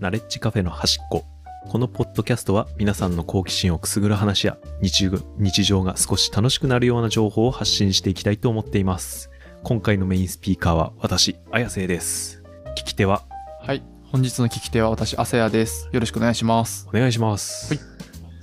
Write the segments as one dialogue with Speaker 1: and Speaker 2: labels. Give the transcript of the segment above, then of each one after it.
Speaker 1: ナレッジカフェの端っこ。このポッドキャストは皆さんの好奇心をくすぐる話や日ぐ日常が少し楽しくなるような情報を発信していきたいと思っています。今回のメインスピーカーは私、綾瀬です。聞き手は
Speaker 2: はい。本日の聞き手は私、アセヤです。よろしくお願いします。
Speaker 1: お願いします。
Speaker 2: はい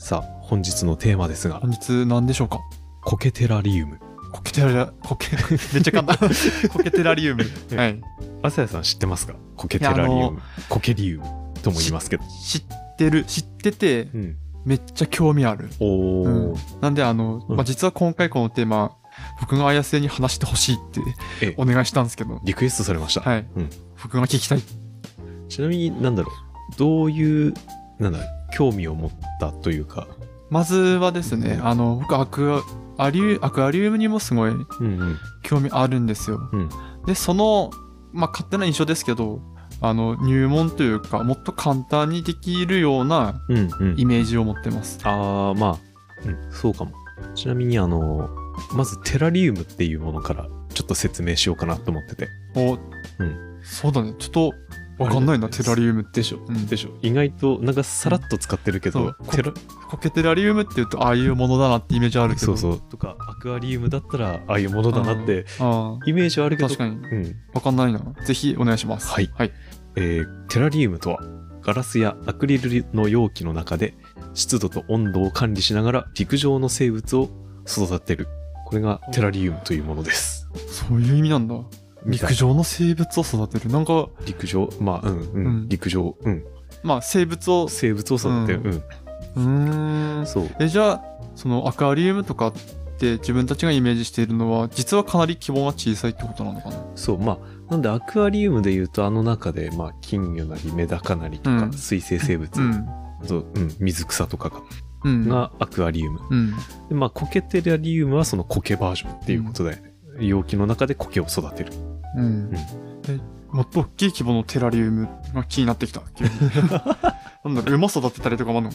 Speaker 1: さあ、本日のテーマですが
Speaker 2: 本、日何でしょうか
Speaker 1: コケテラリウム。コ
Speaker 2: コケテラリア、コケ、 めっちゃ簡単。 コケテラリウム。 はい。
Speaker 1: アサヤさん知ってますかコケテラリウ
Speaker 2: いやあ
Speaker 1: ム。コケリウムとも言いますけど。
Speaker 2: 知ってる、知ってて
Speaker 1: う、ん。
Speaker 2: めっちゃ興味ある。
Speaker 1: おー。
Speaker 2: うんなんで、あの、
Speaker 1: うん
Speaker 2: まあ、実は今回このテーマ、僕が綾瀬に話してほしいって
Speaker 1: ええ
Speaker 2: お願いしたんですけど、
Speaker 1: リクエストされました。
Speaker 2: はい。
Speaker 1: うん
Speaker 2: 僕が聞きたい。
Speaker 1: ちなみに、なんだろう。どういう、なんだろう、興味を持ったというか。
Speaker 2: まずはですね、あの、僕、アクア、アリウアクアリウムにもすごい
Speaker 1: うんうん。
Speaker 2: 興味あるんですよ。
Speaker 1: うん
Speaker 2: でその、まあ、勝手な印象ですけどあの入門というかもっと簡単にできるような
Speaker 1: うんうん。
Speaker 2: イメージを持ってます。
Speaker 1: あー、まあ、うん、そうかも。ちなみに、あの、まずテラリウムっていうものから、ちょっと説明しようかなと思ってて。
Speaker 2: お
Speaker 1: ん
Speaker 2: そうだねちょっとわかんないなテラリウムって
Speaker 1: でしょ
Speaker 2: うん
Speaker 1: でしょ意外と、なんかさらっと使ってるけど、
Speaker 2: そう
Speaker 1: テラ、
Speaker 2: コケテラリウムって言うとああいうものだなってイメージあるけど
Speaker 1: そうそう。とか、アクアリウムだったら、ああいうものだなって、
Speaker 2: あ
Speaker 1: イメージはある
Speaker 2: あ
Speaker 1: けど、
Speaker 2: 確か
Speaker 1: う
Speaker 2: に
Speaker 1: ん。
Speaker 2: わかんないなぜひお願いします。
Speaker 1: はい
Speaker 2: はい、
Speaker 1: えーテラリウムとはガラスやアクリルの容器の中で湿度と温度を管理しながら陸上の生物を育てるこれがテラリウムというものです
Speaker 2: そういう意味なんだ
Speaker 1: みたい
Speaker 2: 陸上の生物を育てるなんか
Speaker 1: 陸上まあうんうん、
Speaker 2: うん
Speaker 1: 陸上うん
Speaker 2: まあ生物を
Speaker 1: 生物を育てるうん、
Speaker 2: うーん
Speaker 1: そう
Speaker 2: えじゃあそのアクアリウムとかって自分たちがイメージしているのは実はかなり規模が小さいってことなのかな
Speaker 1: そうまあなんでアクアリウムでいうとあの中で、まあ、金魚なりメダカなりとか、
Speaker 2: うん
Speaker 1: 水生生物、
Speaker 2: ん
Speaker 1: そううん、水草とかが,、
Speaker 2: うん
Speaker 1: がアクアリウム
Speaker 2: うん
Speaker 1: でまあコケテラリウムはそのコケバージョンっていうことだよね、容器の中でコケを育てる
Speaker 2: うん、えもっと大きい規模のテラリウムが気になって きた急になんだろう馬育てたりとかもあるの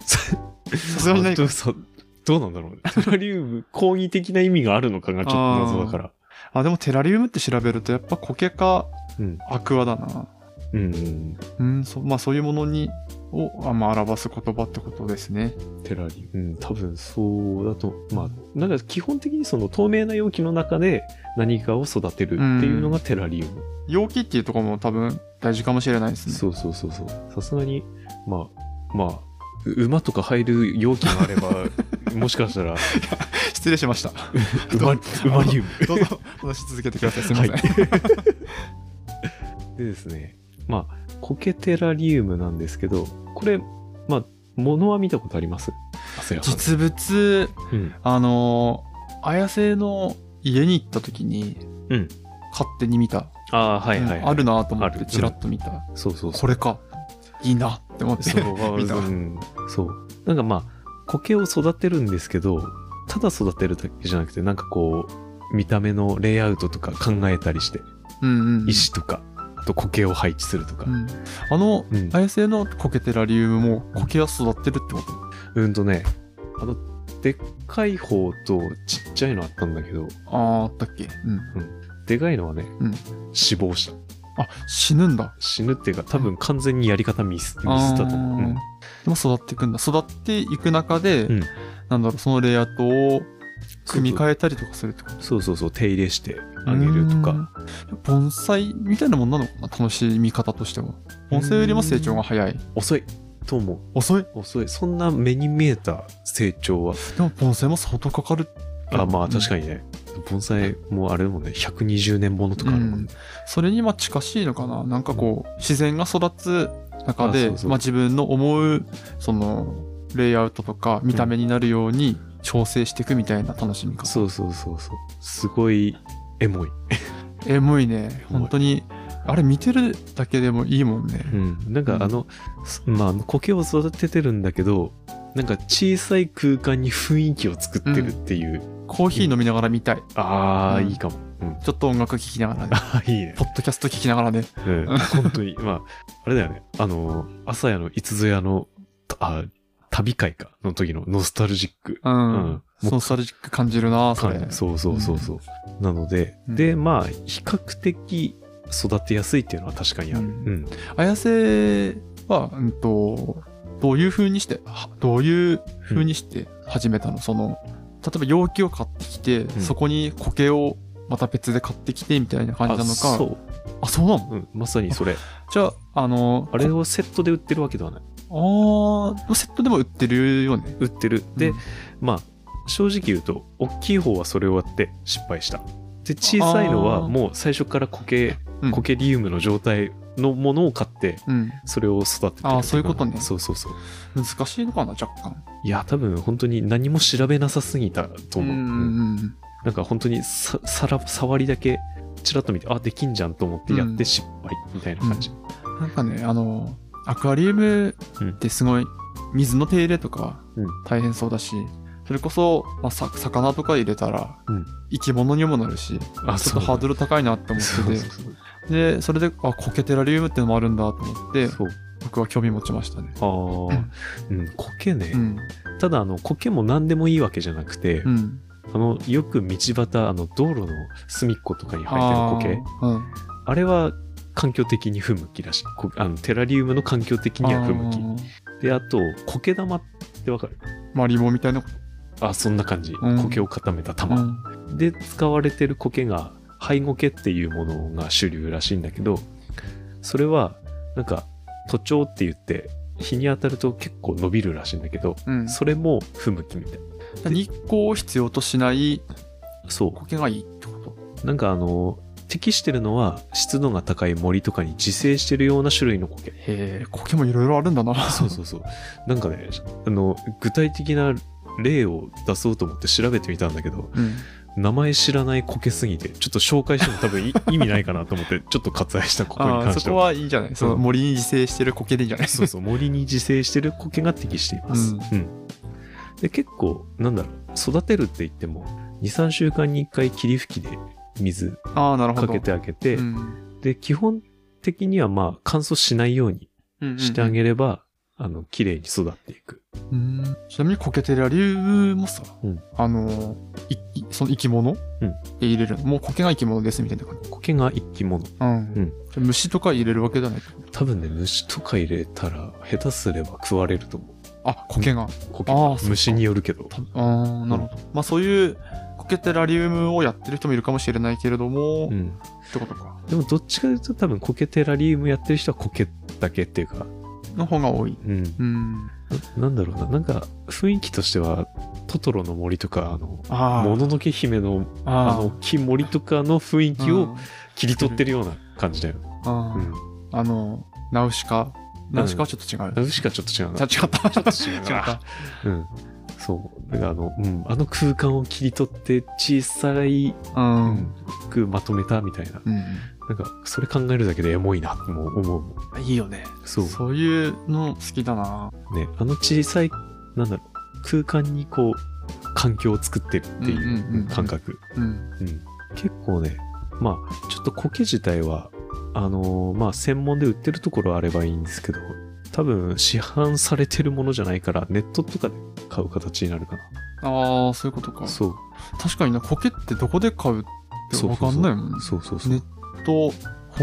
Speaker 2: さすがにない
Speaker 1: 本当 そうどうなんだろうね。テラリウム、抗議的な意味があるのかがちょっと謎だから。
Speaker 2: あでもテラリウムって調べるとやっぱコケか
Speaker 1: うん。
Speaker 2: アクアだな
Speaker 1: うん、
Speaker 2: うんそまあそういうものにをあ、まあ、表す言葉ってことですね
Speaker 1: テラリウム。うん、多分そうだと。まあ、なんか基本的にその透明な容器の中で何かを育てるっていうのがテラリウム。
Speaker 2: 容器っていうところも多分大事かもしれないですね
Speaker 1: そうそうそうそう。さすがに、まあ、まあ、う馬とか入る容器があれば、 もしかしたら、
Speaker 2: 失礼しました
Speaker 1: 馬、馬リウム。
Speaker 2: どう ぞ話し続けてください。すみま
Speaker 1: は
Speaker 2: せん。
Speaker 1: でですね、まあ、コケテラリウムなんですけど、これ、まあ、物は見たことあります汗やさん
Speaker 2: 実物、
Speaker 1: うん。
Speaker 2: あのー、綾瀬の家に行った時に、
Speaker 1: うん
Speaker 2: 勝手に見た。
Speaker 1: ああ、はいはい、はい
Speaker 2: うんあるなと思っ
Speaker 1: あ
Speaker 2: て、
Speaker 1: る
Speaker 2: ちらっと見た。
Speaker 1: そうそうそう。
Speaker 2: これか。いいなって思って。
Speaker 1: そう
Speaker 2: 見た
Speaker 1: うんそう。なんかまあ、苔を育てるんですけど、ただ育てるだけじゃなくて、なんかこう、見た目のレイアウトとか考えたりして、
Speaker 2: うんうんうん。
Speaker 1: 石とか、あと苔を配置するとか
Speaker 2: う。ん。あの、
Speaker 1: うん。
Speaker 2: 綾瀬のコケテラリウムも、コケは育ってるってこと
Speaker 1: うんとね、あの、でっかい方とちっちゃいのあったんだけど、
Speaker 2: あーあったっけうん。
Speaker 1: でかいのはね、
Speaker 2: うん
Speaker 1: 死亡した。
Speaker 2: あ、死ぬんだ。
Speaker 1: 死ぬっていうか、多分完全にやり方ミス、ミスだと思う。
Speaker 2: あーでも育っていくんだ。育っていく中で、
Speaker 1: うん
Speaker 2: なんだろう、そのレイアウトを組み
Speaker 1: え
Speaker 2: 替えたりとかするってこと
Speaker 1: そうそうそう、手入れしてあげるとか。
Speaker 2: うん。盆栽みたいなもんなのかな楽しみ方としては。盆栽よりも成長が早い。
Speaker 1: 遅いと思う
Speaker 2: 遅い
Speaker 1: 遅いそんな目に見えた成長は
Speaker 2: でも盆栽も相当かかる。
Speaker 1: あまあ確
Speaker 2: に。
Speaker 1: かにね盆栽もあれだもんね120年ものとかあるもんね、
Speaker 2: それにまあ近しいのかななんかこう、自然が育つ中
Speaker 1: あ
Speaker 2: で、
Speaker 1: そうそう
Speaker 2: まあ自分の思う、その、レイアウトとか見た目になるように調整していくみたいな楽しみ方。
Speaker 1: そうそうそうそうすごいエモい、
Speaker 2: エモい
Speaker 1: エ
Speaker 2: ね。
Speaker 1: モい
Speaker 2: 本当に。あれ見てるだけでもいいもんね。
Speaker 1: うん、なんかあの、まあ苔を育ててるんだけどなんか小さい空間に雰囲気を作ってるっていう、
Speaker 2: コーヒー飲みながら見たい。
Speaker 1: ああ、
Speaker 2: うん
Speaker 1: いいかも、うん、
Speaker 2: ちょっと音楽聴きながら ね。
Speaker 1: あーいいね
Speaker 2: ポッドキャスト聴きながらね。
Speaker 1: うん、本当に、まあ、あれだよね。あの、朝屋のいつぞやの、たあ、旅会か、の時のノスタルジック。う
Speaker 2: う
Speaker 1: んん。
Speaker 2: ノスタルジック感じるな、それ。
Speaker 1: 感そうそうそうそう。なので、
Speaker 2: うん
Speaker 1: で、まあ、比較的、育てやすいっていうのは確かにある。
Speaker 2: うん
Speaker 1: うん。
Speaker 2: 綾瀬は、うんと、どういう風にして、はどういう風にして始めたの、その、例えば容器を買ってきて、
Speaker 1: ん
Speaker 2: そこに苔をまた別で買ってきてみたいな感じなのか。
Speaker 1: あそう、
Speaker 2: あ、そうなの
Speaker 1: うん。まさにそれ。
Speaker 2: じゃあ、あの、
Speaker 1: あれをセットで売ってるわけではない。
Speaker 2: ああ、セットでも売ってるよね。
Speaker 1: 売ってる。で、
Speaker 2: うん
Speaker 1: まあ、正直言うと、大きい方はそれをやって失敗した。で、小さいの
Speaker 2: あー
Speaker 1: はもう最初から苔
Speaker 2: うん、
Speaker 1: 苔リウムの状態のものを買って、
Speaker 2: うん、
Speaker 1: それを育ててる
Speaker 2: あーそういうことね
Speaker 1: そうそうそう。
Speaker 2: 難しいのかな、若干。
Speaker 1: いや、多分本当に何も調べなさすぎたと思う。うん
Speaker 2: ん
Speaker 1: なんか本当にささら触りだけ、ちらっと見て、あ、できんじゃんと思ってやっ
Speaker 2: うん
Speaker 1: て失敗みたいな感じ。
Speaker 2: なんかね、あの、アクアリウムってすごい、水の手入れとか
Speaker 1: うん
Speaker 2: 大変そうだし、それこそ、まあ、さ魚とか入れたら
Speaker 1: うん、
Speaker 2: 生き物にもなるし、
Speaker 1: あ
Speaker 2: ちょっ
Speaker 1: そ
Speaker 2: と
Speaker 1: う
Speaker 2: ハードル高いなって思
Speaker 1: そうそ
Speaker 2: っ
Speaker 1: う
Speaker 2: て
Speaker 1: そう
Speaker 2: て、で、それで、あ、コケテラリウムってのもあるんだと思って、
Speaker 1: そう
Speaker 2: 僕は興味持ちましたね。
Speaker 1: ああ、うん、苔ね、
Speaker 2: うん、
Speaker 1: ただあの苔も何でもいいわけじゃなくて、
Speaker 2: うん。
Speaker 1: あのよく道端あの道路の隅っことかに生えてる苔
Speaker 2: あーうん
Speaker 1: あれは環境的に不向きだしこあのテラリウムの環境的には不向き
Speaker 2: あー
Speaker 1: であと苔玉ってわかる
Speaker 2: まあ、リボンみたいなこと。
Speaker 1: あそんな感じ、
Speaker 2: うん
Speaker 1: 苔を固めた玉、で使われてる苔が灰苔っていうものが主流らしいんだけどそれはなんか徒長って言って日に当たると結構伸びるらしいんだけど
Speaker 2: うん。うん
Speaker 1: それも不向きみたいな
Speaker 2: 日光を必要としない
Speaker 1: そう
Speaker 2: 苔がいいってこと
Speaker 1: なんかあの、適してるのは湿度が高い森とかに自生してるような種類の苔。
Speaker 2: へえ、苔もいろいろあるんだな。
Speaker 1: そうそうそう。なんかね、あの、具体的な例を出そうと思って調べてみたんだけど、
Speaker 2: うん。
Speaker 1: 名前知らない苔すぎて、ちょっと紹介しても多分い意味ないかなと思って、ちょっと割愛したここに
Speaker 2: ああ
Speaker 1: 関
Speaker 2: ー
Speaker 1: し
Speaker 2: そ
Speaker 1: て
Speaker 2: こ
Speaker 1: は。
Speaker 2: はいいんじゃないその
Speaker 1: うん
Speaker 2: 森に自生してる苔でいいんじゃない
Speaker 1: そうそう、森に自生してる苔が適しています。
Speaker 2: うん
Speaker 1: うん、で、結構、なんだろう、育てるって言っても、2、3週間に1回霧吹きで水
Speaker 2: ああ、なるほど。
Speaker 1: かけてあげて、
Speaker 2: うん
Speaker 1: で、基本的にはまあ乾燥しないように
Speaker 2: うんうん
Speaker 1: してあげれば、あの、綺麗に育っていく。
Speaker 2: うんちなみにコケテラリウムもさ、
Speaker 1: うん
Speaker 2: あのいいその生き物
Speaker 1: うん
Speaker 2: で入れるの、もう苔が生き物ですみたいな感じ。
Speaker 1: 苔が生き物。
Speaker 2: うん
Speaker 1: うん
Speaker 2: じゃあ虫とか入れるわけじゃないってこと
Speaker 1: 多分ね、虫とか入れたら、下手すれば食われると思う。
Speaker 2: あ苔が。
Speaker 1: 苔
Speaker 2: ああそっか
Speaker 1: 虫によるけど。
Speaker 2: ああなるほど。まあそういうコケテラリウムをやってる人もいるかもしれないけれども、
Speaker 1: う
Speaker 2: っ
Speaker 1: ん。
Speaker 2: てことか。
Speaker 1: でもどっちかというと多分苔テラリウムやってる人は苔だけっていうか、
Speaker 2: の方が多い。
Speaker 1: うん。
Speaker 2: うん。
Speaker 1: ななんだろうな。なんか雰囲気としては、トトロの森とか、あの、
Speaker 2: あ
Speaker 1: もののけ姫のあ
Speaker 2: あ
Speaker 1: の大きい森とかの雰囲気を切り取ってるような感じだよね。
Speaker 2: あ
Speaker 1: うん。
Speaker 2: あの、ナウシカ。ナウシカはちょっと違う。
Speaker 1: ナウシカちょっと違うな。
Speaker 2: あ違った。ちょっと
Speaker 1: 違うな
Speaker 2: 違った。
Speaker 1: うん。そう。だからあの、うん、あの空間を切り取って小さい、
Speaker 2: うん。
Speaker 1: くまとめたみたいな。
Speaker 2: うん。
Speaker 1: なんか、それ考えるだけでエモいなってもう思うもん。
Speaker 2: いいよね。
Speaker 1: そう。
Speaker 2: そういうの好きだな。
Speaker 1: ね。あの小さい、なんだろう、空間にこう、環境を作ってるって
Speaker 2: うんうんうんう
Speaker 1: い
Speaker 2: ん
Speaker 1: う感覚。
Speaker 2: うん。
Speaker 1: うん結構ね、まあ、ちょっと苔自体は、あのーまあ、専門で売ってるところあればいいんですけど、多分、市販されてるものじゃないから、ネットとかで買う形になるか
Speaker 2: ああ、そういうことか
Speaker 1: な。。そう。
Speaker 2: 確かにな、コケってどこで買うって
Speaker 1: そう
Speaker 2: わ
Speaker 1: そう
Speaker 2: か
Speaker 1: そうん
Speaker 2: ないもんね。
Speaker 1: そうそうそう。
Speaker 2: ネット、ホ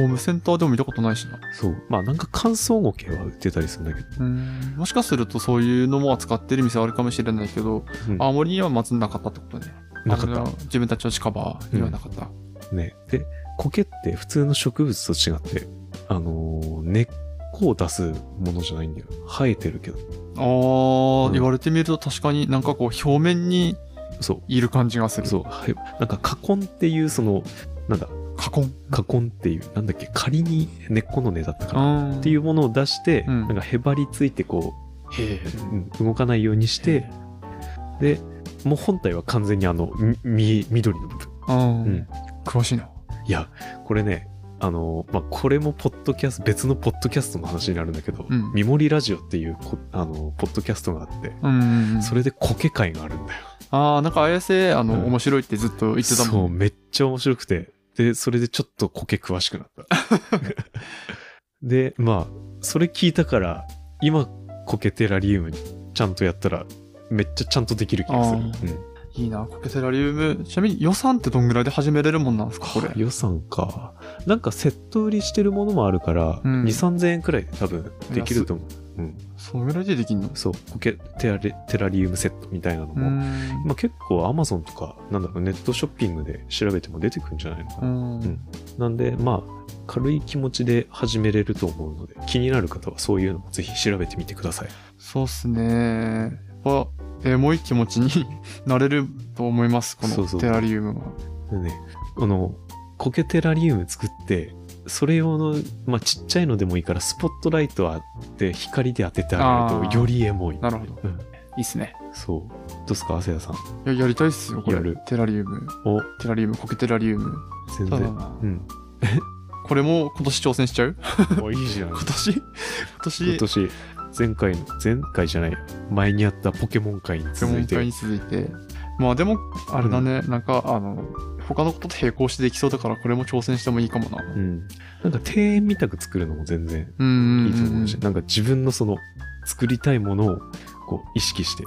Speaker 2: ームセンターでも見たことないしな。
Speaker 1: そう。まあなんか乾燥苔は売ってたりするんだけど。
Speaker 2: うん。もしかするとそういうのも扱ってる店あるかもしれないけど、
Speaker 1: うん
Speaker 2: 青森にはまずなかったってことね。
Speaker 1: なか
Speaker 2: あ
Speaker 1: っ
Speaker 2: の自分たちの近場にはなかった。
Speaker 1: た。ね。で、苔って普通の植物と違って、あのー根っこを出すものじゃないんだよ。生えてるけど。
Speaker 2: あ
Speaker 1: う
Speaker 2: あ、
Speaker 1: ん
Speaker 2: 言われてみると確かになんかこう表面に
Speaker 1: そ
Speaker 2: いる感じがす
Speaker 1: う。
Speaker 2: る。
Speaker 1: そう。はい。なんか花根っていう、その、なんだ、
Speaker 2: 囲ん。
Speaker 1: 花根っていう、なんだっけ、仮に根っこの根だったかな。
Speaker 2: う
Speaker 1: っ
Speaker 2: ん。
Speaker 1: ていうものを出して、
Speaker 2: うん
Speaker 1: なんかへばりついてこ
Speaker 2: へえ
Speaker 1: う、うん動かないようにして、で、もう本体は完全にあの、み、緑の部分。
Speaker 2: うん。
Speaker 1: うん
Speaker 2: 詳しいな。
Speaker 1: いや、これね、あの、まあ、これもポッドキャスト、別のポッドキャストの話になるんだけど、
Speaker 2: うん
Speaker 1: ミモリラジオっていうこ、あの、ポッドキャストがあって、
Speaker 2: うんうんうん。
Speaker 1: それでコケ会があるんだよ。
Speaker 2: ああ、なんか綾瀬、あの、
Speaker 1: うん
Speaker 2: 面白いってずっと言ってた
Speaker 1: そ
Speaker 2: も
Speaker 1: う、
Speaker 2: ん。
Speaker 1: めっちゃ面白くて、で、それでちょっとコケ詳しくな った。で、まあ、それ聞いたから、今、コケテラリウムちゃんとやったら、めっちゃちゃんとできる気がする。うん
Speaker 2: いいな、コケテラリウム。ちなみに予算ってどんぐらいで始めれるもんなんですか、これ。
Speaker 1: 予算か。なんかセット売りしてるものもあるから、
Speaker 2: うん
Speaker 1: 2、3000円くらいで多分できると思う。うん、
Speaker 2: そのぐらいでできんの
Speaker 1: そう、コケテラリテラリウムセットみたいなの
Speaker 2: うー
Speaker 1: も。
Speaker 2: ん。
Speaker 1: まあ、結構 Amazon とか、なんだろう、ネットショッピングで調べても出てくるんじゃないのか
Speaker 2: う
Speaker 1: な。
Speaker 2: ん。
Speaker 1: なんで、まあ、軽い気持ちで始めれると思うので、気になる方はそういうのもぜひ調べてみてください。
Speaker 2: そうっすね。やっぱ、エモい気持ちに なれると思います、こ
Speaker 1: そうそ
Speaker 2: の
Speaker 1: う
Speaker 2: テラリウムは。
Speaker 1: でね、この、コケテラリウム作って、それ用の、まあ、ちっちゃいのでもいいから、スポットライトあって、光で当ててあげる
Speaker 2: あ
Speaker 1: と、
Speaker 2: ー
Speaker 1: よりエモい。
Speaker 2: なるほど。
Speaker 1: うん
Speaker 2: いいっすね。
Speaker 1: そう。どうっすか、アセヤさん。
Speaker 2: いや、やりたいっすよ、こ
Speaker 1: や
Speaker 2: れ
Speaker 1: る。
Speaker 2: テラリウム。
Speaker 1: お、
Speaker 2: テラリウム、コケテラリウム。
Speaker 1: 全
Speaker 2: ただ
Speaker 1: 然。
Speaker 2: な
Speaker 1: う。 ん。
Speaker 2: これも今年挑戦しちゃう
Speaker 1: お、いいじゃん
Speaker 2: 今年 今年
Speaker 1: 今年、前回、前回じゃない、前にやったポケモン界に
Speaker 2: ポケ
Speaker 1: 続
Speaker 2: モ
Speaker 1: い
Speaker 2: ン
Speaker 1: て。
Speaker 2: 界に続いて。まあでも、あれだね、なんか、あの、他のことと並行してできそうだから、これも挑戦してもいいかもな。
Speaker 1: うん。なんか庭園みたく作るのも全然
Speaker 2: うん。
Speaker 1: いいと思うし、
Speaker 2: ん
Speaker 1: なんか自分のその作りたいものをこう意識して。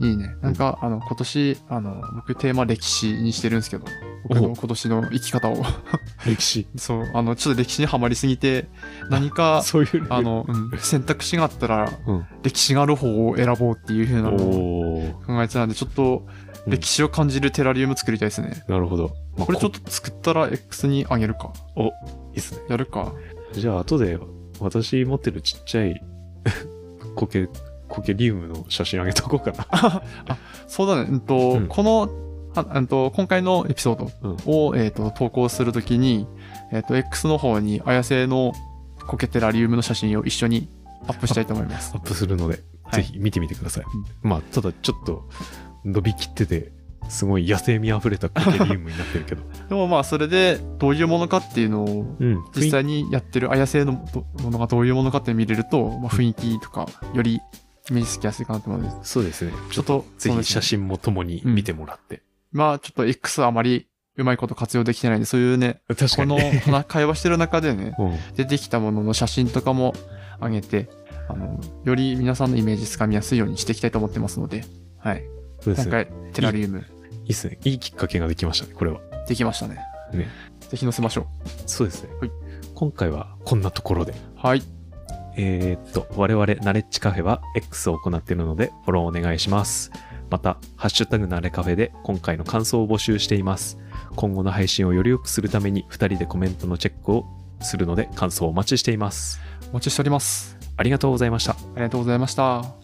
Speaker 2: いいね。なんか、あの、今年、あの、僕テーマ歴史にしてるんですけど、僕
Speaker 1: お
Speaker 2: の今年の生き方を。
Speaker 1: 歴史。
Speaker 2: そう、あの、ちょっと歴史にはまりすぎて、何か、
Speaker 1: そういうレベル
Speaker 2: あ、の、うん選択肢があったら、
Speaker 1: うん
Speaker 2: 歴史がある方を選ぼうっていうふうなのを
Speaker 1: おー
Speaker 2: 考えてたんで、ちょっと、
Speaker 1: うん
Speaker 2: 歴史を感じるテラリウム作りたいですね。
Speaker 1: なるほど。まあ
Speaker 2: これちょっと作ったら X にあげるか。
Speaker 1: いいっすね。
Speaker 2: やるか。
Speaker 1: じゃあ後で私持ってるちっちゃい コケ、コケリウムの写真あげとこうかな。
Speaker 2: そうだね。うんと、
Speaker 1: うん
Speaker 2: この、あうんと、今回のエピソードを、えっ、と、投稿するときに、えっ、と、X の方に、綾瀬のコケテラリウムの写真を一緒にアップしたいと思います
Speaker 1: アッ。プするので、
Speaker 2: はい
Speaker 1: ぜひ見てみてください。まあ、ただちょっと伸びきってて、すごい野生味あふれたコケリウムになってる けど。
Speaker 2: でもまあ、それで、どういうものかっていうのを、
Speaker 1: うん。
Speaker 2: 実際にやってる綾瀬のどものがどういうものかって見れると、まあ、雰囲気とか、より見つけやすいかなと思います。
Speaker 1: そうですね。
Speaker 2: ちょっと、
Speaker 1: ぜ
Speaker 2: そうで
Speaker 1: ひ
Speaker 2: すね
Speaker 1: 写真もともに見てもらって。
Speaker 2: まあ、ちょっと X はあまりうまいこと活用できてないんで、そういうね、
Speaker 1: 確
Speaker 2: この 話会話してる中でね、
Speaker 1: この、
Speaker 2: 出てきたものの写真とかも上げて、あの、より皆さんのイメージつかみやすいようにしていきたいと思ってますので、はい。
Speaker 1: そうで
Speaker 2: 今
Speaker 1: すね。
Speaker 2: 回、テラリウム
Speaker 1: いいですね。いいきっかけができましたね、これは。
Speaker 2: できましたね。
Speaker 1: ね
Speaker 2: ぜひ載せましょ
Speaker 1: そうですね。
Speaker 2: はい
Speaker 1: 今回はこんなところで。
Speaker 2: う。はい。
Speaker 1: えーっと、我々、ナレッジカフェは X を行っているので、フォローお願いします。また、ハッシュタグナレカフェで今回の感想を募集しています。今後の配信をより良くするために、2人でコメントのチェックをするので、感想をお待ちしています。
Speaker 2: お待ちしております。
Speaker 1: ありがとうございました。
Speaker 2: ありがとうございました。